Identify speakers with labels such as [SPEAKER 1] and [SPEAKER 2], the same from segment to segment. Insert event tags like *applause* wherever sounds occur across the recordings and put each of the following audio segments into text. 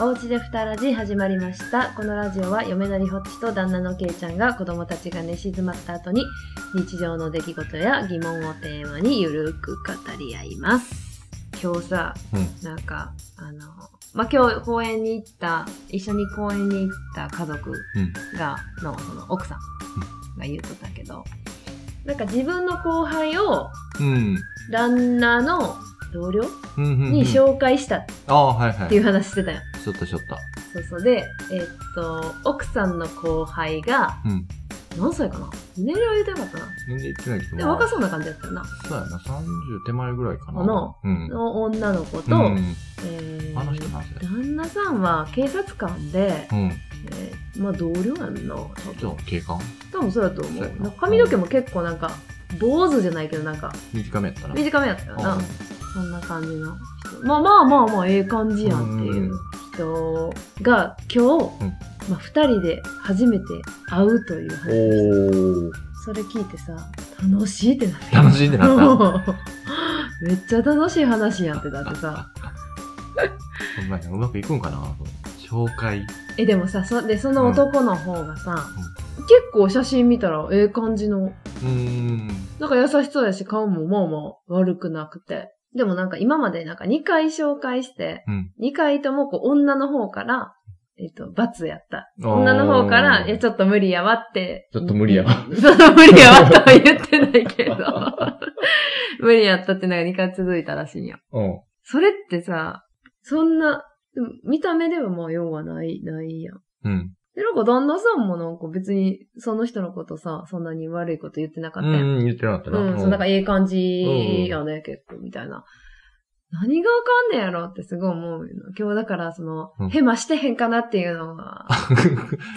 [SPEAKER 1] おうちでふたラジ始まりましたこのラジオは嫁なりほっちと旦那のけいちゃんが子供たちが寝静まった後に日常の出来事や疑問をテーマにゆるく語り合います今日さ
[SPEAKER 2] うん。
[SPEAKER 1] なんかあのまあ、今日公園に行った一緒に公園に行った家族
[SPEAKER 2] うん。
[SPEAKER 1] がのその奥さんが言うとったけどなんか自分の後輩を
[SPEAKER 2] うん。
[SPEAKER 1] 旦那の同僚
[SPEAKER 2] うんうんうん。
[SPEAKER 1] に紹介したっ
[SPEAKER 2] ああ、はいはい。
[SPEAKER 1] ていう話してたよ、
[SPEAKER 2] ちょっとちょっと。
[SPEAKER 1] そうそうでえっと奥さんの後輩が
[SPEAKER 2] うん。
[SPEAKER 1] 何歳かな年齢は言うてなかったな
[SPEAKER 2] 全然言ってないけど。
[SPEAKER 1] で若そうな感じだったよな
[SPEAKER 2] そうやな。30手前ぐらいかな。
[SPEAKER 1] かな
[SPEAKER 2] うん。
[SPEAKER 1] の女の子と、
[SPEAKER 2] うん。
[SPEAKER 1] えー
[SPEAKER 2] あの人なんだよ。
[SPEAKER 1] 旦那さんは警察官で、
[SPEAKER 2] うん。
[SPEAKER 1] えーまあ同僚やんな多
[SPEAKER 2] じゃあ
[SPEAKER 1] 分、
[SPEAKER 2] 警官
[SPEAKER 1] 多分そうだと思
[SPEAKER 2] そう
[SPEAKER 1] う
[SPEAKER 2] やな
[SPEAKER 1] なんか髪の毛も結構なんか坊主じゃないけどなんか
[SPEAKER 2] 短めやったな。
[SPEAKER 1] 短めやったよな、
[SPEAKER 2] うん
[SPEAKER 1] そんな感じの人。まあまあまあまあ、ええ感じやんっていう人が今日、
[SPEAKER 2] うん
[SPEAKER 1] まあ二人で初めて会うという話でした。
[SPEAKER 2] おー。
[SPEAKER 1] それ聞いてさ、楽しいってなって。
[SPEAKER 2] 楽しいってなった。
[SPEAKER 1] *laughs* めっちゃ楽しい話やんってだってさ。
[SPEAKER 2] ほんまやうまくいくんかな紹介。
[SPEAKER 1] え、でもさ、そで、その男の方がさ、結構写真見たらええ感じの、
[SPEAKER 2] うーん。
[SPEAKER 1] なんか優しそうやし、顔もまあまあ悪くなくて。でもなんか今までなんか2回紹介して、
[SPEAKER 2] うん。
[SPEAKER 1] 2回ともこう女の方から、えっ、と、罰やった。
[SPEAKER 2] おー
[SPEAKER 1] 女の方から、いや、ちょっと無理やわって。
[SPEAKER 2] ちょっと無理やわ
[SPEAKER 1] うん。ちょっと無理やわとは言ってないけ *laughs* ど。無理やったってなんか2回続いたらしいんよ。
[SPEAKER 2] うん。
[SPEAKER 1] それってさ、そんな、でも見た目ではまあ用はない、ないやん。
[SPEAKER 2] うん。
[SPEAKER 1] で、なんか旦那さんもなんか別に、その人のことさ、そんなに悪いこと言ってなか
[SPEAKER 2] う
[SPEAKER 1] ったやん。
[SPEAKER 2] んうん、言ってなかったな。
[SPEAKER 1] うん、そう、なんかええ感じやね、結構、みたいな。何がわかんねえやろってすごい思うよな。今日だから、その、
[SPEAKER 2] うん
[SPEAKER 1] ヘマしてへんかなっていうのが、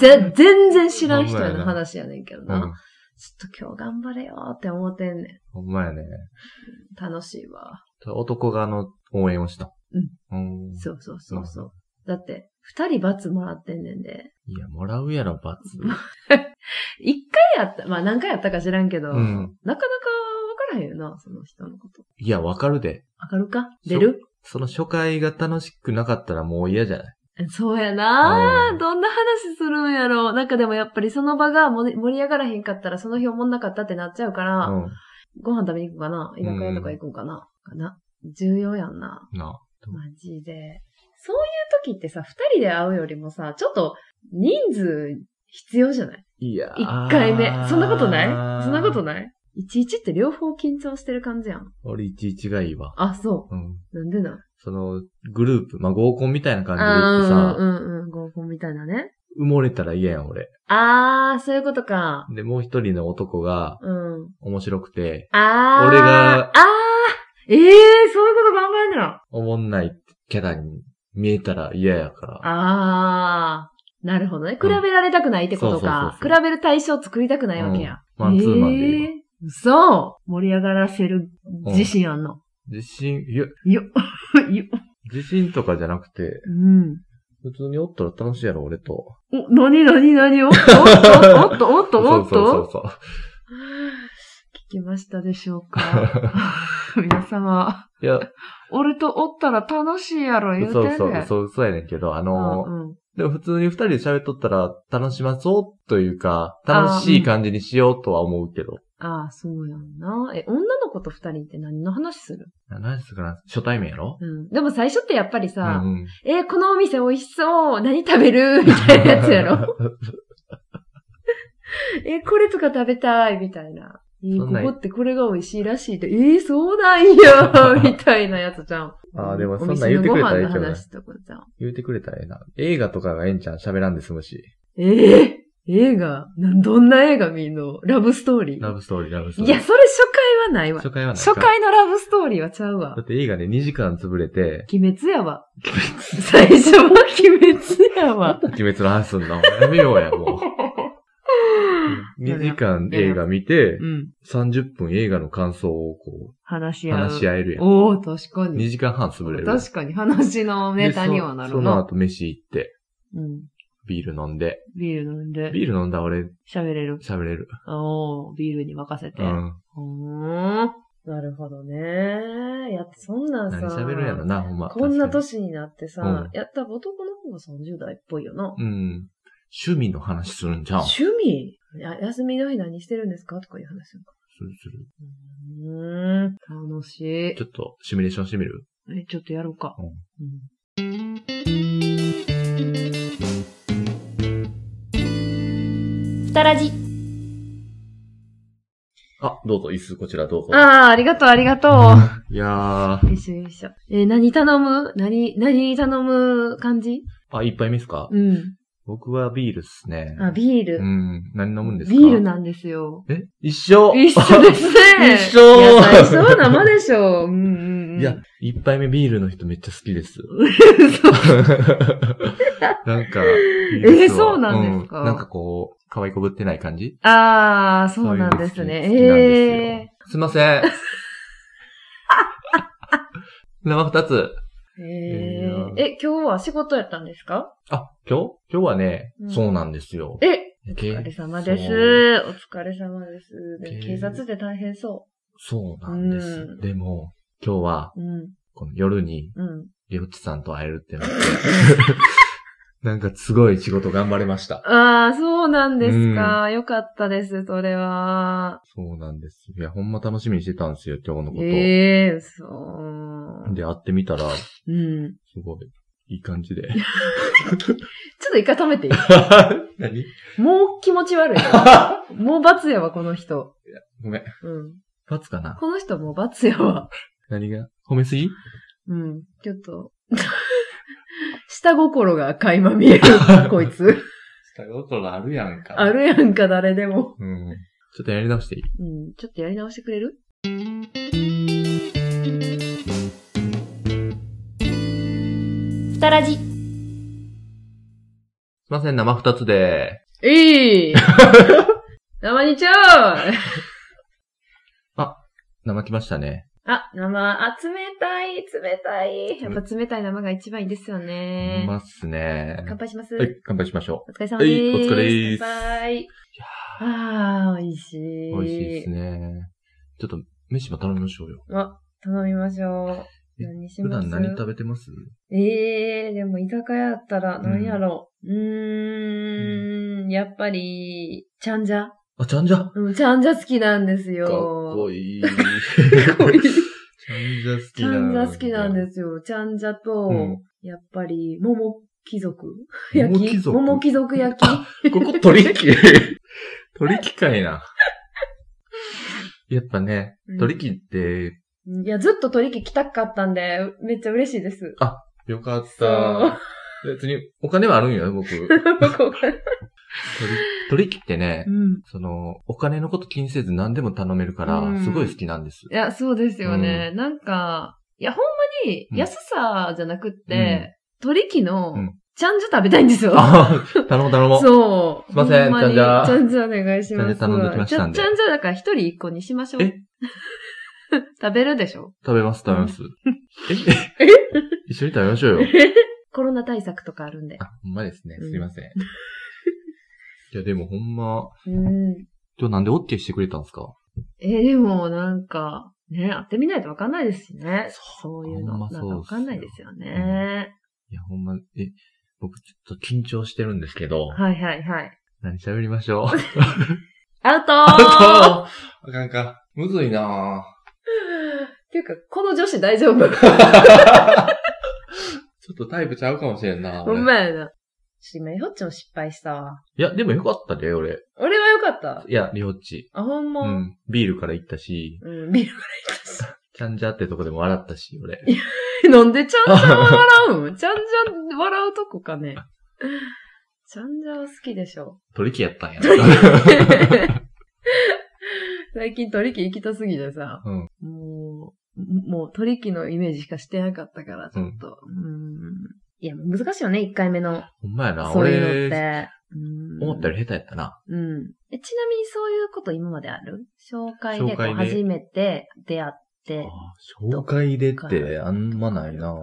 [SPEAKER 1] ぜ全然知らん人の話やねんけど
[SPEAKER 2] う
[SPEAKER 1] な。
[SPEAKER 2] ん。
[SPEAKER 1] ちょっと今日頑張れよって思ってんね
[SPEAKER 2] ほんまやね。
[SPEAKER 1] ん。楽しいわ。
[SPEAKER 2] 男側の応援をした。うん。うん。
[SPEAKER 1] そうそうそうそう。だって、二人罰もらってんねんで。
[SPEAKER 2] いや、もらうやろ、罰。
[SPEAKER 1] 一回やった、まあ何回やったか知らんけど、
[SPEAKER 2] うん
[SPEAKER 1] なかなかわからへんよな、その人のこと。
[SPEAKER 2] いや、わかるで。
[SPEAKER 1] わかるか出る
[SPEAKER 2] その初回が楽しくなかったらもう嫌じゃない
[SPEAKER 1] そうやな
[SPEAKER 2] う
[SPEAKER 1] ぁ。
[SPEAKER 2] ん
[SPEAKER 1] どんな話するんやろう。なんかでもやっぱりその場がもり盛り上がらへんかったらその日おもんなかったってなっちゃうから、
[SPEAKER 2] うん。
[SPEAKER 1] ご飯食べに行くかな居酒屋とか行くんかな、かな。重要やんな。
[SPEAKER 2] な
[SPEAKER 1] マジで。そういう時ってさ、二人で会うよりもさ、ちょっと人数必要じゃない
[SPEAKER 2] いや
[SPEAKER 1] 一回目。そんなことないそんなこと
[SPEAKER 2] い。
[SPEAKER 1] ないいちいちって両方緊張してる感じやん。
[SPEAKER 2] 俺、いちいちがいいわ。
[SPEAKER 1] あ、そ
[SPEAKER 2] うん。
[SPEAKER 1] う。なんでなん
[SPEAKER 2] その、グループ、まあ、合コンみたいな感じで行って
[SPEAKER 1] あーうん
[SPEAKER 2] さ、
[SPEAKER 1] うんうん。合コンみたいなね。
[SPEAKER 2] 埋もれたら嫌やん、俺。
[SPEAKER 1] あー、そういうことか。
[SPEAKER 2] で、もう一人の男が
[SPEAKER 1] うん。
[SPEAKER 2] 面白くて、
[SPEAKER 1] あー。
[SPEAKER 2] 俺が
[SPEAKER 1] あー。ええー、そういうこと考えんねや。
[SPEAKER 2] おもんないキャラに見えたら嫌やから。
[SPEAKER 1] あー。なるほどね。比べられたくないってことか。
[SPEAKER 2] うんそうそうそうそう
[SPEAKER 1] 比べる対象を作りたくないわけや。
[SPEAKER 2] うんマンツーマンでいいわ
[SPEAKER 1] えー嘘盛り上がらせる自信あんの。
[SPEAKER 2] 自信、いや、
[SPEAKER 1] よ、 *laughs* よ、
[SPEAKER 2] 自信とかじゃなくて、
[SPEAKER 1] うん。
[SPEAKER 2] 普通におったら楽しいやろ、俺と。
[SPEAKER 1] お、なになになにおっとおっとおっとおっとおっ
[SPEAKER 2] そうそう
[SPEAKER 1] と
[SPEAKER 2] そうそう。
[SPEAKER 1] 聞きましたでしょうか *laughs* 皆様、
[SPEAKER 2] いや、
[SPEAKER 1] 俺とおったら楽しいやろ言うて
[SPEAKER 2] そ
[SPEAKER 1] んね
[SPEAKER 2] うそう、そう、そうやねんけど、あの
[SPEAKER 1] う
[SPEAKER 2] ー、
[SPEAKER 1] んうん
[SPEAKER 2] でも普通に二人で喋っとったら楽しまそうというか、楽しい感じにしようとは思うけど。
[SPEAKER 1] ああ、そうやんな。え、女の子と二人って何の話する
[SPEAKER 2] な何すかな初対面やろ
[SPEAKER 1] うん。でも最初ってやっぱり
[SPEAKER 2] う
[SPEAKER 1] さ、
[SPEAKER 2] んうん。
[SPEAKER 1] えーこのお店美味しそう何食べる *laughs* みたいなやつやろえーこれとか食べたいみたいな。えー
[SPEAKER 2] そんなん
[SPEAKER 1] ここってこれが美味しいらしいって、えー、そうなん
[SPEAKER 2] *laughs*
[SPEAKER 1] やみたいなやつじゃん。
[SPEAKER 2] ああ、でも
[SPEAKER 1] う
[SPEAKER 2] そんなん言ってくれたらいいけ
[SPEAKER 1] お店のご飯の
[SPEAKER 2] どな。
[SPEAKER 1] 話とかじゃん。
[SPEAKER 2] *laughs* 言ってくれたらええな。映画とかがええんちゃん喋らんで済むし。
[SPEAKER 1] ええ映画なんどんな映画見んのラブストーリ
[SPEAKER 2] ラ
[SPEAKER 1] ー
[SPEAKER 2] ブストーリー、ラブストー
[SPEAKER 1] い
[SPEAKER 2] リー。
[SPEAKER 1] や、それ初回はないわ。
[SPEAKER 2] 初回はないか。
[SPEAKER 1] 初回のラブストーリーはちゃうわ
[SPEAKER 2] だ。って映画で2時間潰
[SPEAKER 1] *laughs*
[SPEAKER 2] れて、
[SPEAKER 1] 鬼滅やわ。最初は鬼滅やわ。
[SPEAKER 2] 鬼滅の話すんの。やめようや、
[SPEAKER 1] *laughs*
[SPEAKER 2] もう。2時間映画見て
[SPEAKER 1] う、ん。
[SPEAKER 2] 30分映画の感想をこ
[SPEAKER 1] 話し
[SPEAKER 2] う、
[SPEAKER 1] 合う。
[SPEAKER 2] 話し合えるやん。
[SPEAKER 1] おお確か
[SPEAKER 2] 2
[SPEAKER 1] に。
[SPEAKER 2] 時間半潰れる。
[SPEAKER 1] 確かに話のネタにはなる
[SPEAKER 2] でそその
[SPEAKER 1] な。
[SPEAKER 2] 後飯行って、
[SPEAKER 1] うん。
[SPEAKER 2] ビール飲んで。
[SPEAKER 1] ビール飲んで、
[SPEAKER 2] ビール飲んだら俺
[SPEAKER 1] 喋れる。
[SPEAKER 2] 喋れる。
[SPEAKER 1] おおビールに任せて。
[SPEAKER 2] う。
[SPEAKER 1] うんーん。なるほどね。いや、そんなんさ。
[SPEAKER 2] 何喋るんやろな、ほんま。
[SPEAKER 1] こんな年になってさ、
[SPEAKER 2] うん
[SPEAKER 1] やった男の方が30代っぽいよな。
[SPEAKER 2] 確かにうん。趣味の話するんじゃん。す
[SPEAKER 1] 趣味や休みの日何してるんですかとかいう話するのか。
[SPEAKER 2] るする
[SPEAKER 1] うーん、楽しい。
[SPEAKER 2] ちょっとシミュレーションしてみる
[SPEAKER 1] え、ちょっとやろうか。
[SPEAKER 2] うん
[SPEAKER 1] うん
[SPEAKER 3] ふたらじ。
[SPEAKER 2] あ、どうぞ、椅子こちらどうぞ。
[SPEAKER 1] ああ、ありがとう、ありがと
[SPEAKER 2] いや
[SPEAKER 1] う。
[SPEAKER 2] ー。
[SPEAKER 1] よいしょよいしょ。えー何頼む何、何頼む感じ
[SPEAKER 2] あ、一杯目ですか
[SPEAKER 1] うん。
[SPEAKER 2] 僕はビールっすね。
[SPEAKER 1] あ、ビール。
[SPEAKER 2] うん。何飲むんですか
[SPEAKER 1] ビール。なんですよ。
[SPEAKER 2] え一緒
[SPEAKER 1] 一緒ですね
[SPEAKER 2] 一緒
[SPEAKER 1] いや、最初は生でしょう。うんうんうん。
[SPEAKER 2] いや、一杯目ビールの人めっちゃ好きです。なんか、いい
[SPEAKER 1] え
[SPEAKER 2] で
[SPEAKER 1] ー
[SPEAKER 2] すわ
[SPEAKER 1] そうなんですか
[SPEAKER 2] なんかこう、可愛いこぶってない感じ
[SPEAKER 1] ああ、そうなんですね。
[SPEAKER 2] そういう
[SPEAKER 1] え
[SPEAKER 2] の好き好きなんですよ。すいません。
[SPEAKER 1] *laughs*
[SPEAKER 2] 生二つ。
[SPEAKER 1] ええ
[SPEAKER 2] い
[SPEAKER 1] ーえ、今日は仕事やったんですか
[SPEAKER 2] あ、今日今日はね、
[SPEAKER 1] うん
[SPEAKER 2] そうなんですよ。
[SPEAKER 1] え、
[SPEAKER 2] え
[SPEAKER 1] お疲れ様です。お疲れ様です。でも
[SPEAKER 2] け
[SPEAKER 1] 警察で大変そ
[SPEAKER 2] そうなんです。
[SPEAKER 1] うん
[SPEAKER 2] でも、今日は、
[SPEAKER 1] う。うん、
[SPEAKER 2] この夜に、
[SPEAKER 1] うん。
[SPEAKER 2] りょっちさんと会えるっ
[SPEAKER 1] *laughs*
[SPEAKER 2] てなって、なんかすごい仕事頑張れました。
[SPEAKER 1] ああ、そうなんですか。よかったです、それは。
[SPEAKER 2] そうなんです。いや、ほんま楽しみにしてたんですよ、今日のこと。
[SPEAKER 1] ええー、そ
[SPEAKER 2] で、会ってみたら、
[SPEAKER 1] う。うん。
[SPEAKER 2] すごい、いい感じで。
[SPEAKER 1] *laughs* ちょっと一回止めていい *laughs*
[SPEAKER 2] 何
[SPEAKER 1] もう気持ち *laughs* 悪いわ。もう罰やわ、この人。
[SPEAKER 2] ごめん。
[SPEAKER 1] うん。
[SPEAKER 2] 罰かな
[SPEAKER 1] この人もう罰やわ。
[SPEAKER 2] 何が褒めすぎ
[SPEAKER 1] うん。ちょっ *laughs* と。下心が垣間見える、こいつ。 *laughs*
[SPEAKER 2] 下心あるやんか
[SPEAKER 1] あるやんか、誰でも。
[SPEAKER 2] うん。ちょっとやり直していい
[SPEAKER 1] うん。ちょっとやり直してくれる
[SPEAKER 3] ふたらじ。
[SPEAKER 2] すいません、生二つで。
[SPEAKER 1] えい生にちょー
[SPEAKER 2] 生来ましたね。
[SPEAKER 1] あ、生、あ、冷たい、冷たい。やっぱ冷たい生が一番いいですよ
[SPEAKER 2] う
[SPEAKER 1] ね。
[SPEAKER 2] まっすね。
[SPEAKER 1] 乾杯します。
[SPEAKER 2] はい、乾杯しましょ
[SPEAKER 1] お疲れ様で
[SPEAKER 2] はい
[SPEAKER 1] ー
[SPEAKER 2] お
[SPEAKER 1] す。
[SPEAKER 2] 疲れーす
[SPEAKER 1] 乾杯。あー、美味しい。
[SPEAKER 2] う。美味しいですね。ちょっと、飯も頼みましょうよ。
[SPEAKER 1] あ、頼みましょう。
[SPEAKER 2] え
[SPEAKER 1] 何し
[SPEAKER 2] 普
[SPEAKER 1] ます
[SPEAKER 2] 段何食べてます
[SPEAKER 1] ええでも居酒屋やったら何やろう。うーん、やっぱり、ちゃんじゃ。
[SPEAKER 2] あ、ちゃんじゃかっ
[SPEAKER 1] うん、ちゃんじゃ好きなんですよ。*laughs*
[SPEAKER 2] こいい。か
[SPEAKER 1] っ *laughs* こいい
[SPEAKER 2] *laughs* ちゃんじゃ好き
[SPEAKER 1] ちゃ
[SPEAKER 2] なん。
[SPEAKER 1] じゃ好きなんですすよ。ちゃんじゃと、
[SPEAKER 2] うん
[SPEAKER 1] やっぱり、桃貴族焼
[SPEAKER 2] 桃
[SPEAKER 1] き
[SPEAKER 2] 貴族
[SPEAKER 1] 桃貴族焼き
[SPEAKER 2] ここ
[SPEAKER 1] *laughs*
[SPEAKER 2] 取り木取り木かいな。やっぱね、取り木って、
[SPEAKER 1] うんいや、ずっと取り木来たかったんで、めっちゃ嬉しいです。 *laughs*
[SPEAKER 2] よかっ
[SPEAKER 1] そう
[SPEAKER 2] た。別に、お金はあるん
[SPEAKER 1] *laughs*
[SPEAKER 2] よ、僕。取り、
[SPEAKER 1] ここが
[SPEAKER 2] 取り木ってね
[SPEAKER 1] う、ん。
[SPEAKER 2] その、お金のこと気にせず何でも頼めるか
[SPEAKER 1] う
[SPEAKER 2] ら、
[SPEAKER 1] ん
[SPEAKER 2] すごい好きなんです
[SPEAKER 1] い。や、そうですよね。なんか、いや、ほんまに、
[SPEAKER 2] うん
[SPEAKER 1] 安さじゃなくって、取り木の
[SPEAKER 2] うん、
[SPEAKER 1] ちゃんじゃ食べたいんですよ。
[SPEAKER 2] あー頼もう頼もう。
[SPEAKER 1] そう。
[SPEAKER 2] すいません
[SPEAKER 1] ほに
[SPEAKER 2] ちゃんじゃ
[SPEAKER 1] ちゃんじゃお願いします。
[SPEAKER 2] ちゃんじゃ頼んできましたんで
[SPEAKER 1] ちゃちゃんじゃだから一人一個にしましょう。
[SPEAKER 2] え
[SPEAKER 1] *laughs* 食べるでしょ
[SPEAKER 2] 食べます、食べます。え一緒に食べましょうよ。
[SPEAKER 1] *laughs* コロナ対策とかあるんで。
[SPEAKER 2] あ、ほんまですね。すいません。いや、でもほんま、
[SPEAKER 1] うん。
[SPEAKER 2] 今日なんで OK してくれたんですか
[SPEAKER 1] えーでもなんか、ね、会ってみないとわかんないですしね。そういう
[SPEAKER 2] ほん
[SPEAKER 1] の。
[SPEAKER 2] ま
[SPEAKER 1] な
[SPEAKER 2] そ
[SPEAKER 1] んか
[SPEAKER 2] う
[SPEAKER 1] わかんないですよね。
[SPEAKER 2] いや、ほんま、え、僕ちょっと緊張してるんですけど、
[SPEAKER 1] はいはいはい。
[SPEAKER 2] 何喋りましょう。
[SPEAKER 1] アウトー
[SPEAKER 2] あ *laughs* とあかんか。むずいなぁ。
[SPEAKER 1] っていうか、この女子大丈夫
[SPEAKER 2] ちょっとタイプちゃうかもしれんなぁ。
[SPEAKER 1] ほ
[SPEAKER 2] 俺
[SPEAKER 1] んまやな。ちょっと今、りほっちも失敗したわ。
[SPEAKER 2] いや、でもよかったで、俺。
[SPEAKER 1] 俺はよかった。
[SPEAKER 2] いや、りょっち。
[SPEAKER 1] あ、ほん
[SPEAKER 2] う
[SPEAKER 1] ま。うん。
[SPEAKER 2] ん。ビールから行ったし、
[SPEAKER 1] ビー
[SPEAKER 2] ちゃんじゃってとこでも笑ったし、俺。
[SPEAKER 1] *laughs* ルなんでちゃんじゃ笑うん *laughs* ちゃんじゃ笑うとこかね。 *laughs* ちゃんじゃは好きでしょ。 *laughs*
[SPEAKER 2] 取り木やったんや。
[SPEAKER 1] 最近取り木行きたすぎてさ、
[SPEAKER 2] うん
[SPEAKER 1] もう、もう取り木のイメージしかしてなかったから、ちょっと。うんいや、難しいよね、一回目の。
[SPEAKER 2] *laughs* ほんまやな、
[SPEAKER 1] そういうのっ
[SPEAKER 2] 俺、
[SPEAKER 1] て。うん
[SPEAKER 2] 思ったより下手やったな。
[SPEAKER 1] うん。えちなみにそういうこと今まである紹介でこ
[SPEAKER 2] 紹介
[SPEAKER 1] う
[SPEAKER 2] で
[SPEAKER 1] 初めて出会って。
[SPEAKER 2] あー紹介でってあんまないな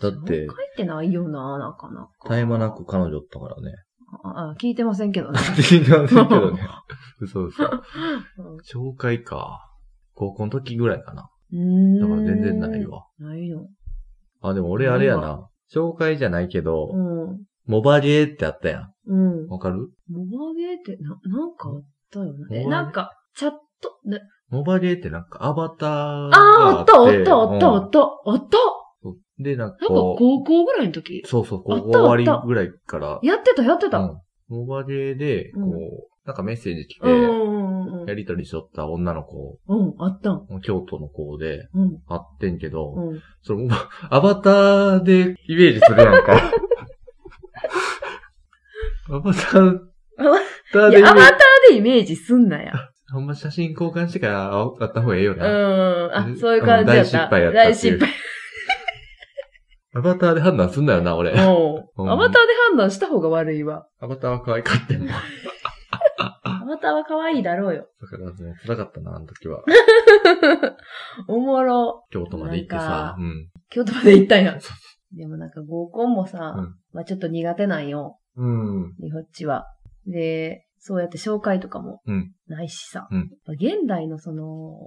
[SPEAKER 2] だって
[SPEAKER 1] 紹介、ってないよな、なかなか。
[SPEAKER 2] 絶え間なく彼女おったからね。 *laughs*
[SPEAKER 1] あ。あ聞いてませんけどね。 *laughs*
[SPEAKER 2] 違うねんけどね。嘘嘘。紹介か。高校の時ぐらいかな。
[SPEAKER 1] うーん。
[SPEAKER 2] だから全然ない。わ。
[SPEAKER 1] ないよ。
[SPEAKER 2] あ、でも俺あれやな。紹介じゃないけど、
[SPEAKER 1] うん。
[SPEAKER 2] モバゲーってあったやん。
[SPEAKER 1] うん。
[SPEAKER 2] わかる
[SPEAKER 1] モバゲーって、な、なんかあったよな。
[SPEAKER 2] モバゲ
[SPEAKER 1] え、
[SPEAKER 2] ー
[SPEAKER 1] なんか、チャット、な
[SPEAKER 2] モバゲーってなんかアバター
[SPEAKER 1] あ
[SPEAKER 2] が
[SPEAKER 1] ー、あ
[SPEAKER 2] あ
[SPEAKER 1] っ
[SPEAKER 2] って。
[SPEAKER 1] た、あった、あった、あ
[SPEAKER 2] うん
[SPEAKER 1] った、あった。
[SPEAKER 2] そうで、なんか
[SPEAKER 1] なんか
[SPEAKER 2] こう、
[SPEAKER 1] 高校ぐらいの時。
[SPEAKER 2] そうそう、
[SPEAKER 1] あっ
[SPEAKER 2] 高
[SPEAKER 1] た
[SPEAKER 2] 校終わりぐらいから、
[SPEAKER 1] やってた、やってた。うん
[SPEAKER 2] うんモバゲーで、こう、
[SPEAKER 1] う
[SPEAKER 2] なんかメッセージ来て、
[SPEAKER 1] うんうん
[SPEAKER 2] やりとりしとった女の子、
[SPEAKER 1] うん。うん、あったん。
[SPEAKER 2] 京都の子で、
[SPEAKER 1] うん、
[SPEAKER 2] 会ってんけど、
[SPEAKER 1] うん。
[SPEAKER 2] その、アバターでイメージするやんか。アバター、
[SPEAKER 1] アバ
[SPEAKER 2] ター
[SPEAKER 1] いや、ア
[SPEAKER 2] イメ
[SPEAKER 1] バ
[SPEAKER 2] ー
[SPEAKER 1] タ
[SPEAKER 2] ジ
[SPEAKER 1] ーでイメージすんなや。
[SPEAKER 2] ほんま写真交換してから会お会った方がええよ
[SPEAKER 1] うん。あ、
[SPEAKER 2] な。
[SPEAKER 1] そういう感じやった。
[SPEAKER 2] うん大失敗やったっていう
[SPEAKER 1] 大失敗。
[SPEAKER 2] アバターで判断すんなよな、俺。
[SPEAKER 1] う。
[SPEAKER 2] *laughs* うんん
[SPEAKER 1] アバターで判断した方が悪いわ。
[SPEAKER 2] アバターは可愛かったよ。だか
[SPEAKER 1] アバターは可愛いだろうよ。 *laughs*
[SPEAKER 2] ら、もう辛かったな、あの時は。
[SPEAKER 1] おもろ。
[SPEAKER 2] 京都まで行って
[SPEAKER 1] な
[SPEAKER 2] さ
[SPEAKER 1] んか。
[SPEAKER 2] うん。
[SPEAKER 1] 京都まで行ったんや。 *laughs* でもなんか合コンもさ、
[SPEAKER 2] うん
[SPEAKER 1] まあちょっと苦手なんよ。
[SPEAKER 2] うん。
[SPEAKER 1] リホッチは。で、そうやって紹介とかも
[SPEAKER 2] うん
[SPEAKER 1] ないしさ。
[SPEAKER 2] うん
[SPEAKER 1] やっぱ現代のその、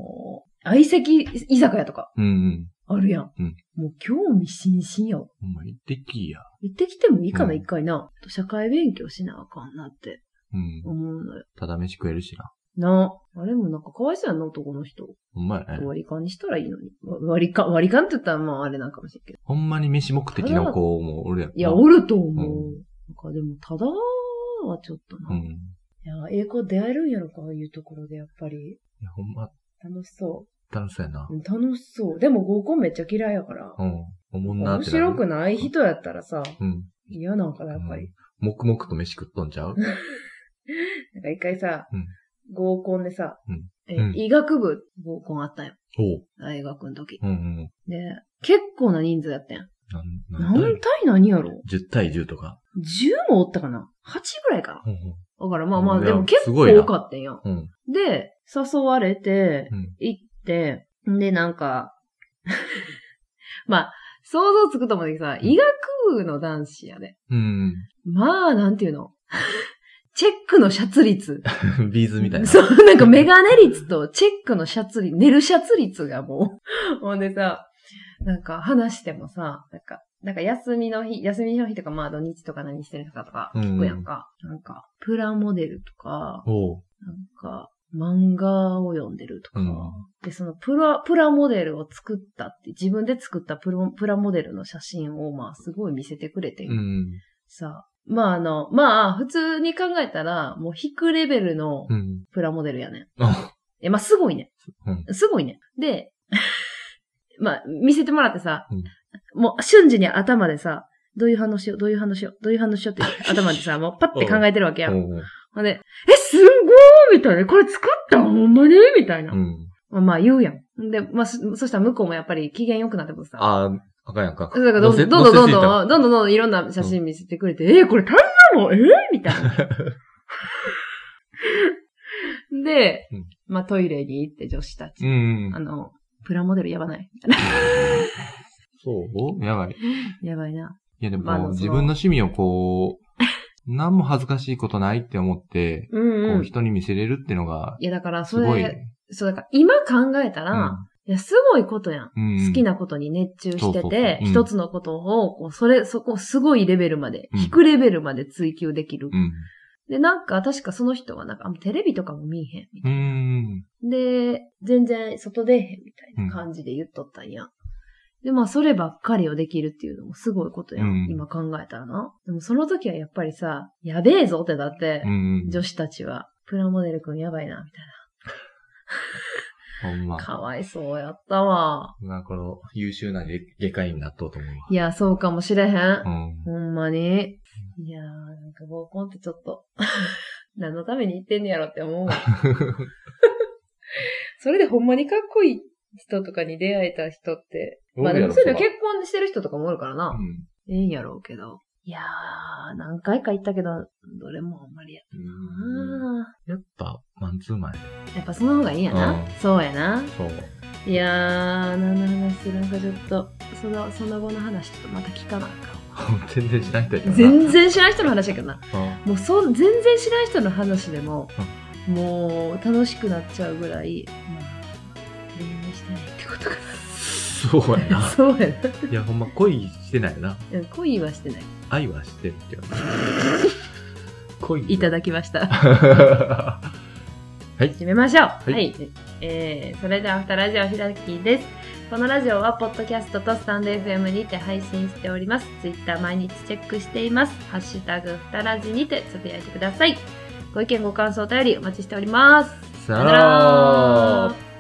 [SPEAKER 1] 相席居酒屋とか
[SPEAKER 2] うんうん。
[SPEAKER 1] あるやん。
[SPEAKER 2] うん
[SPEAKER 1] もう興味津々よ。
[SPEAKER 2] ほんま行ってきいや。
[SPEAKER 1] 行ってきてもいいかな、
[SPEAKER 2] うん
[SPEAKER 1] 一回な。社会勉強しなあかんなって
[SPEAKER 2] うん。
[SPEAKER 1] 思うのよ。
[SPEAKER 2] ただ飯食えるしな。
[SPEAKER 1] なあ。あれもなんか可哀想やな、男の人。
[SPEAKER 2] ほんまやね。
[SPEAKER 1] 割り勘にしたらいいのに。わ割り勘、割り勘って言ったらまああれなんかもしれんけど。
[SPEAKER 2] ほんまに飯目的の子もおるやんな。
[SPEAKER 1] いや、おると思う。
[SPEAKER 2] う
[SPEAKER 1] なんかでも、ただはちょっとな。
[SPEAKER 2] う
[SPEAKER 1] い
[SPEAKER 2] ん。
[SPEAKER 1] や、英語出会えるんやろか、ああいうところでやっぱり。
[SPEAKER 2] いや、ほんま、
[SPEAKER 1] 楽しそう。
[SPEAKER 2] 楽しそうやな。
[SPEAKER 1] うん楽しそう。でも合コンめっちゃ嫌いやから。
[SPEAKER 2] うん。おもんなっ
[SPEAKER 1] 面
[SPEAKER 2] てなる。
[SPEAKER 1] 白くない人やったらさ、
[SPEAKER 2] うん。
[SPEAKER 1] 嫌なんかな、やっぱり。
[SPEAKER 2] うん。黙々と飯食っとんちゃう
[SPEAKER 1] なんか一回さ、
[SPEAKER 2] うん
[SPEAKER 1] 合コンでさ、
[SPEAKER 2] うん
[SPEAKER 1] え
[SPEAKER 2] うん
[SPEAKER 1] 医学部合コンあったよ。
[SPEAKER 2] おう。
[SPEAKER 1] 大学の時。
[SPEAKER 2] うんうん。
[SPEAKER 1] で、結構な人数やったやん。
[SPEAKER 2] なん、なん
[SPEAKER 1] 何対何やろ
[SPEAKER 2] 10対10とか。
[SPEAKER 1] ?10 もおったかな ?8 ぐらいか
[SPEAKER 2] うん
[SPEAKER 1] なだからまあまあ、
[SPEAKER 2] うん
[SPEAKER 1] でも結
[SPEAKER 2] す
[SPEAKER 1] 構
[SPEAKER 2] ごいな
[SPEAKER 1] 多かったんや。
[SPEAKER 2] うん。うん。
[SPEAKER 1] で、誘われて
[SPEAKER 2] うん、
[SPEAKER 1] 行って、で、なんか、 *laughs* まあ、想像つくと思うけどさ、
[SPEAKER 2] うん
[SPEAKER 1] 医学部の男子やで。
[SPEAKER 2] うん
[SPEAKER 1] まあ、なんていうの *laughs* チェックのシャツ率。
[SPEAKER 2] うん。 *laughs* ビーズみたいな。
[SPEAKER 1] そう、なんかメガネ率とチェックのシャツ率、寝るシャツ率がもう。 *laughs* ほんでさ、なんか話してもさ、なんか、なんか休みの日、休みの日とかまあ土日とか何してるとかとか聞くやんか。なんか、プラモデルとか、
[SPEAKER 2] おう。
[SPEAKER 1] なんか、漫画を読んでるとか、
[SPEAKER 2] うん
[SPEAKER 1] で、そのプラ、プラモデルを作ったって、自分で作ったプロプラモデルの写真を、まあ、すごい見せてくれて、
[SPEAKER 2] うん。
[SPEAKER 1] さ、まあ、あの、まあ、普通に考えたら、もう引くレベルの
[SPEAKER 2] うん。
[SPEAKER 1] プラモデルやねん。
[SPEAKER 2] あ、
[SPEAKER 1] え、まあ、すごいね。
[SPEAKER 2] うん。
[SPEAKER 1] すごいね。で、 *laughs* まあ、見せてもらってさ、
[SPEAKER 2] うん
[SPEAKER 1] もう瞬時に頭でさ、どういう反応しよう、どういう反応しよう、どういう反応しようって頭でさ、もうパッて考えてるわけや。
[SPEAKER 2] おう。
[SPEAKER 1] ほんで、え、すんごーみたいな。これ作ったんほんまにみたいな。
[SPEAKER 2] うん。
[SPEAKER 1] まあまあ言うやん。で、まあ、そそしたら向こうもやっぱり機嫌良くなってくるさ。
[SPEAKER 2] あー、あかんやんか。
[SPEAKER 1] だからどんどんどんどんどんどんどんどんどんいろんな写真見せてくれて、えーこれタイなのえーみたいな。
[SPEAKER 2] *laughs*
[SPEAKER 1] で
[SPEAKER 2] うん、
[SPEAKER 1] まあトイレに行って女子たち。
[SPEAKER 2] うん
[SPEAKER 1] あ。の、プラモデルやばないみ *laughs* たいな
[SPEAKER 2] そうやばい。
[SPEAKER 1] やばいな。
[SPEAKER 2] いやでも、
[SPEAKER 1] まあでもその
[SPEAKER 2] 自分の趣味をこう、何も恥ずかしいことないって思って、
[SPEAKER 1] うんう。
[SPEAKER 2] こうん
[SPEAKER 1] い
[SPEAKER 2] 人に見せれるってのが、
[SPEAKER 1] やだから
[SPEAKER 2] す
[SPEAKER 1] そ
[SPEAKER 2] ごい。
[SPEAKER 1] れ、そうだから今考えたら、いやすごいことやん。
[SPEAKER 2] 好
[SPEAKER 1] 好きなことに熱中
[SPEAKER 2] そ
[SPEAKER 1] し
[SPEAKER 2] うそう
[SPEAKER 1] て
[SPEAKER 2] そう
[SPEAKER 1] て、
[SPEAKER 2] うん
[SPEAKER 1] 一つのことを、こう、それ、そこ、すごいレベルまで、
[SPEAKER 2] うん
[SPEAKER 1] 低レベルまで追求できる。
[SPEAKER 2] うん。
[SPEAKER 1] で、なんか、確かその人は、なんか、あんまテレビとかも見えへんみた
[SPEAKER 2] う
[SPEAKER 1] い
[SPEAKER 2] ん。
[SPEAKER 1] な。で、全然外出えへんみたいな感じで言っとったんや。で、まあ、そればっかりをできるっていうのもすごいことやん。
[SPEAKER 2] うん
[SPEAKER 1] 今考えたらな。でも、その時はやっぱりさ、やべえぞってだって
[SPEAKER 2] う、ん。
[SPEAKER 1] 女子たちは、プラモデルくんやばいな、みたい
[SPEAKER 2] ほんま
[SPEAKER 1] な。。かわいそうやったわ。
[SPEAKER 2] な、この、優秀な外外科医になっとうと思うわ。
[SPEAKER 1] いや、そうかもしれへん
[SPEAKER 2] う。ん。
[SPEAKER 1] ほんまに。いやー、なんか合コンってちょっと、 *laughs* 何のために行ってんねやろって思う *laughs* わ。それでほんまにかっこいい人とかに出会えた人って。まあでもそういうの
[SPEAKER 2] 結
[SPEAKER 1] 結婚してる人とかもおるからな。ええんやろうけど。いやー、何回か行ったけど、どれもあんまりや
[SPEAKER 2] うん。
[SPEAKER 1] な
[SPEAKER 2] やっぱ、マンツーマンや
[SPEAKER 1] やっぱその方がいいんやな。
[SPEAKER 2] うん
[SPEAKER 1] そうやな。
[SPEAKER 2] そう。
[SPEAKER 1] いやー、何の話するんかちょっと、その、その後の話ちょっとまた聞かなあかんわ。
[SPEAKER 2] 全然しない人やからな。
[SPEAKER 1] 全然知らん人の話やけどな。もうそう全然知らん人の話でも、もう楽しくなっちゃうぐらい、まあ愛してないってことか
[SPEAKER 2] そうや
[SPEAKER 1] な。
[SPEAKER 2] な。
[SPEAKER 1] そうやな。
[SPEAKER 2] いや、ほんま恋してないな。
[SPEAKER 1] うん恋はしてない。
[SPEAKER 2] 愛はしてるっていう。
[SPEAKER 1] *laughs*
[SPEAKER 2] 恋。
[SPEAKER 1] いただきました。
[SPEAKER 2] *laughs* はい。
[SPEAKER 1] 始めましょう。はいい、えーそれでは、アフターラジオひらきです。このラジオは、ポッドキャストとスタンド FM にて配信しております。ツイッター毎日チェックしています。ハッシュタグ、ふたらじにてつぶやいてください。ご意見、ご感想、お便りお待ちしております。
[SPEAKER 2] さ
[SPEAKER 1] さよなら
[SPEAKER 2] あ。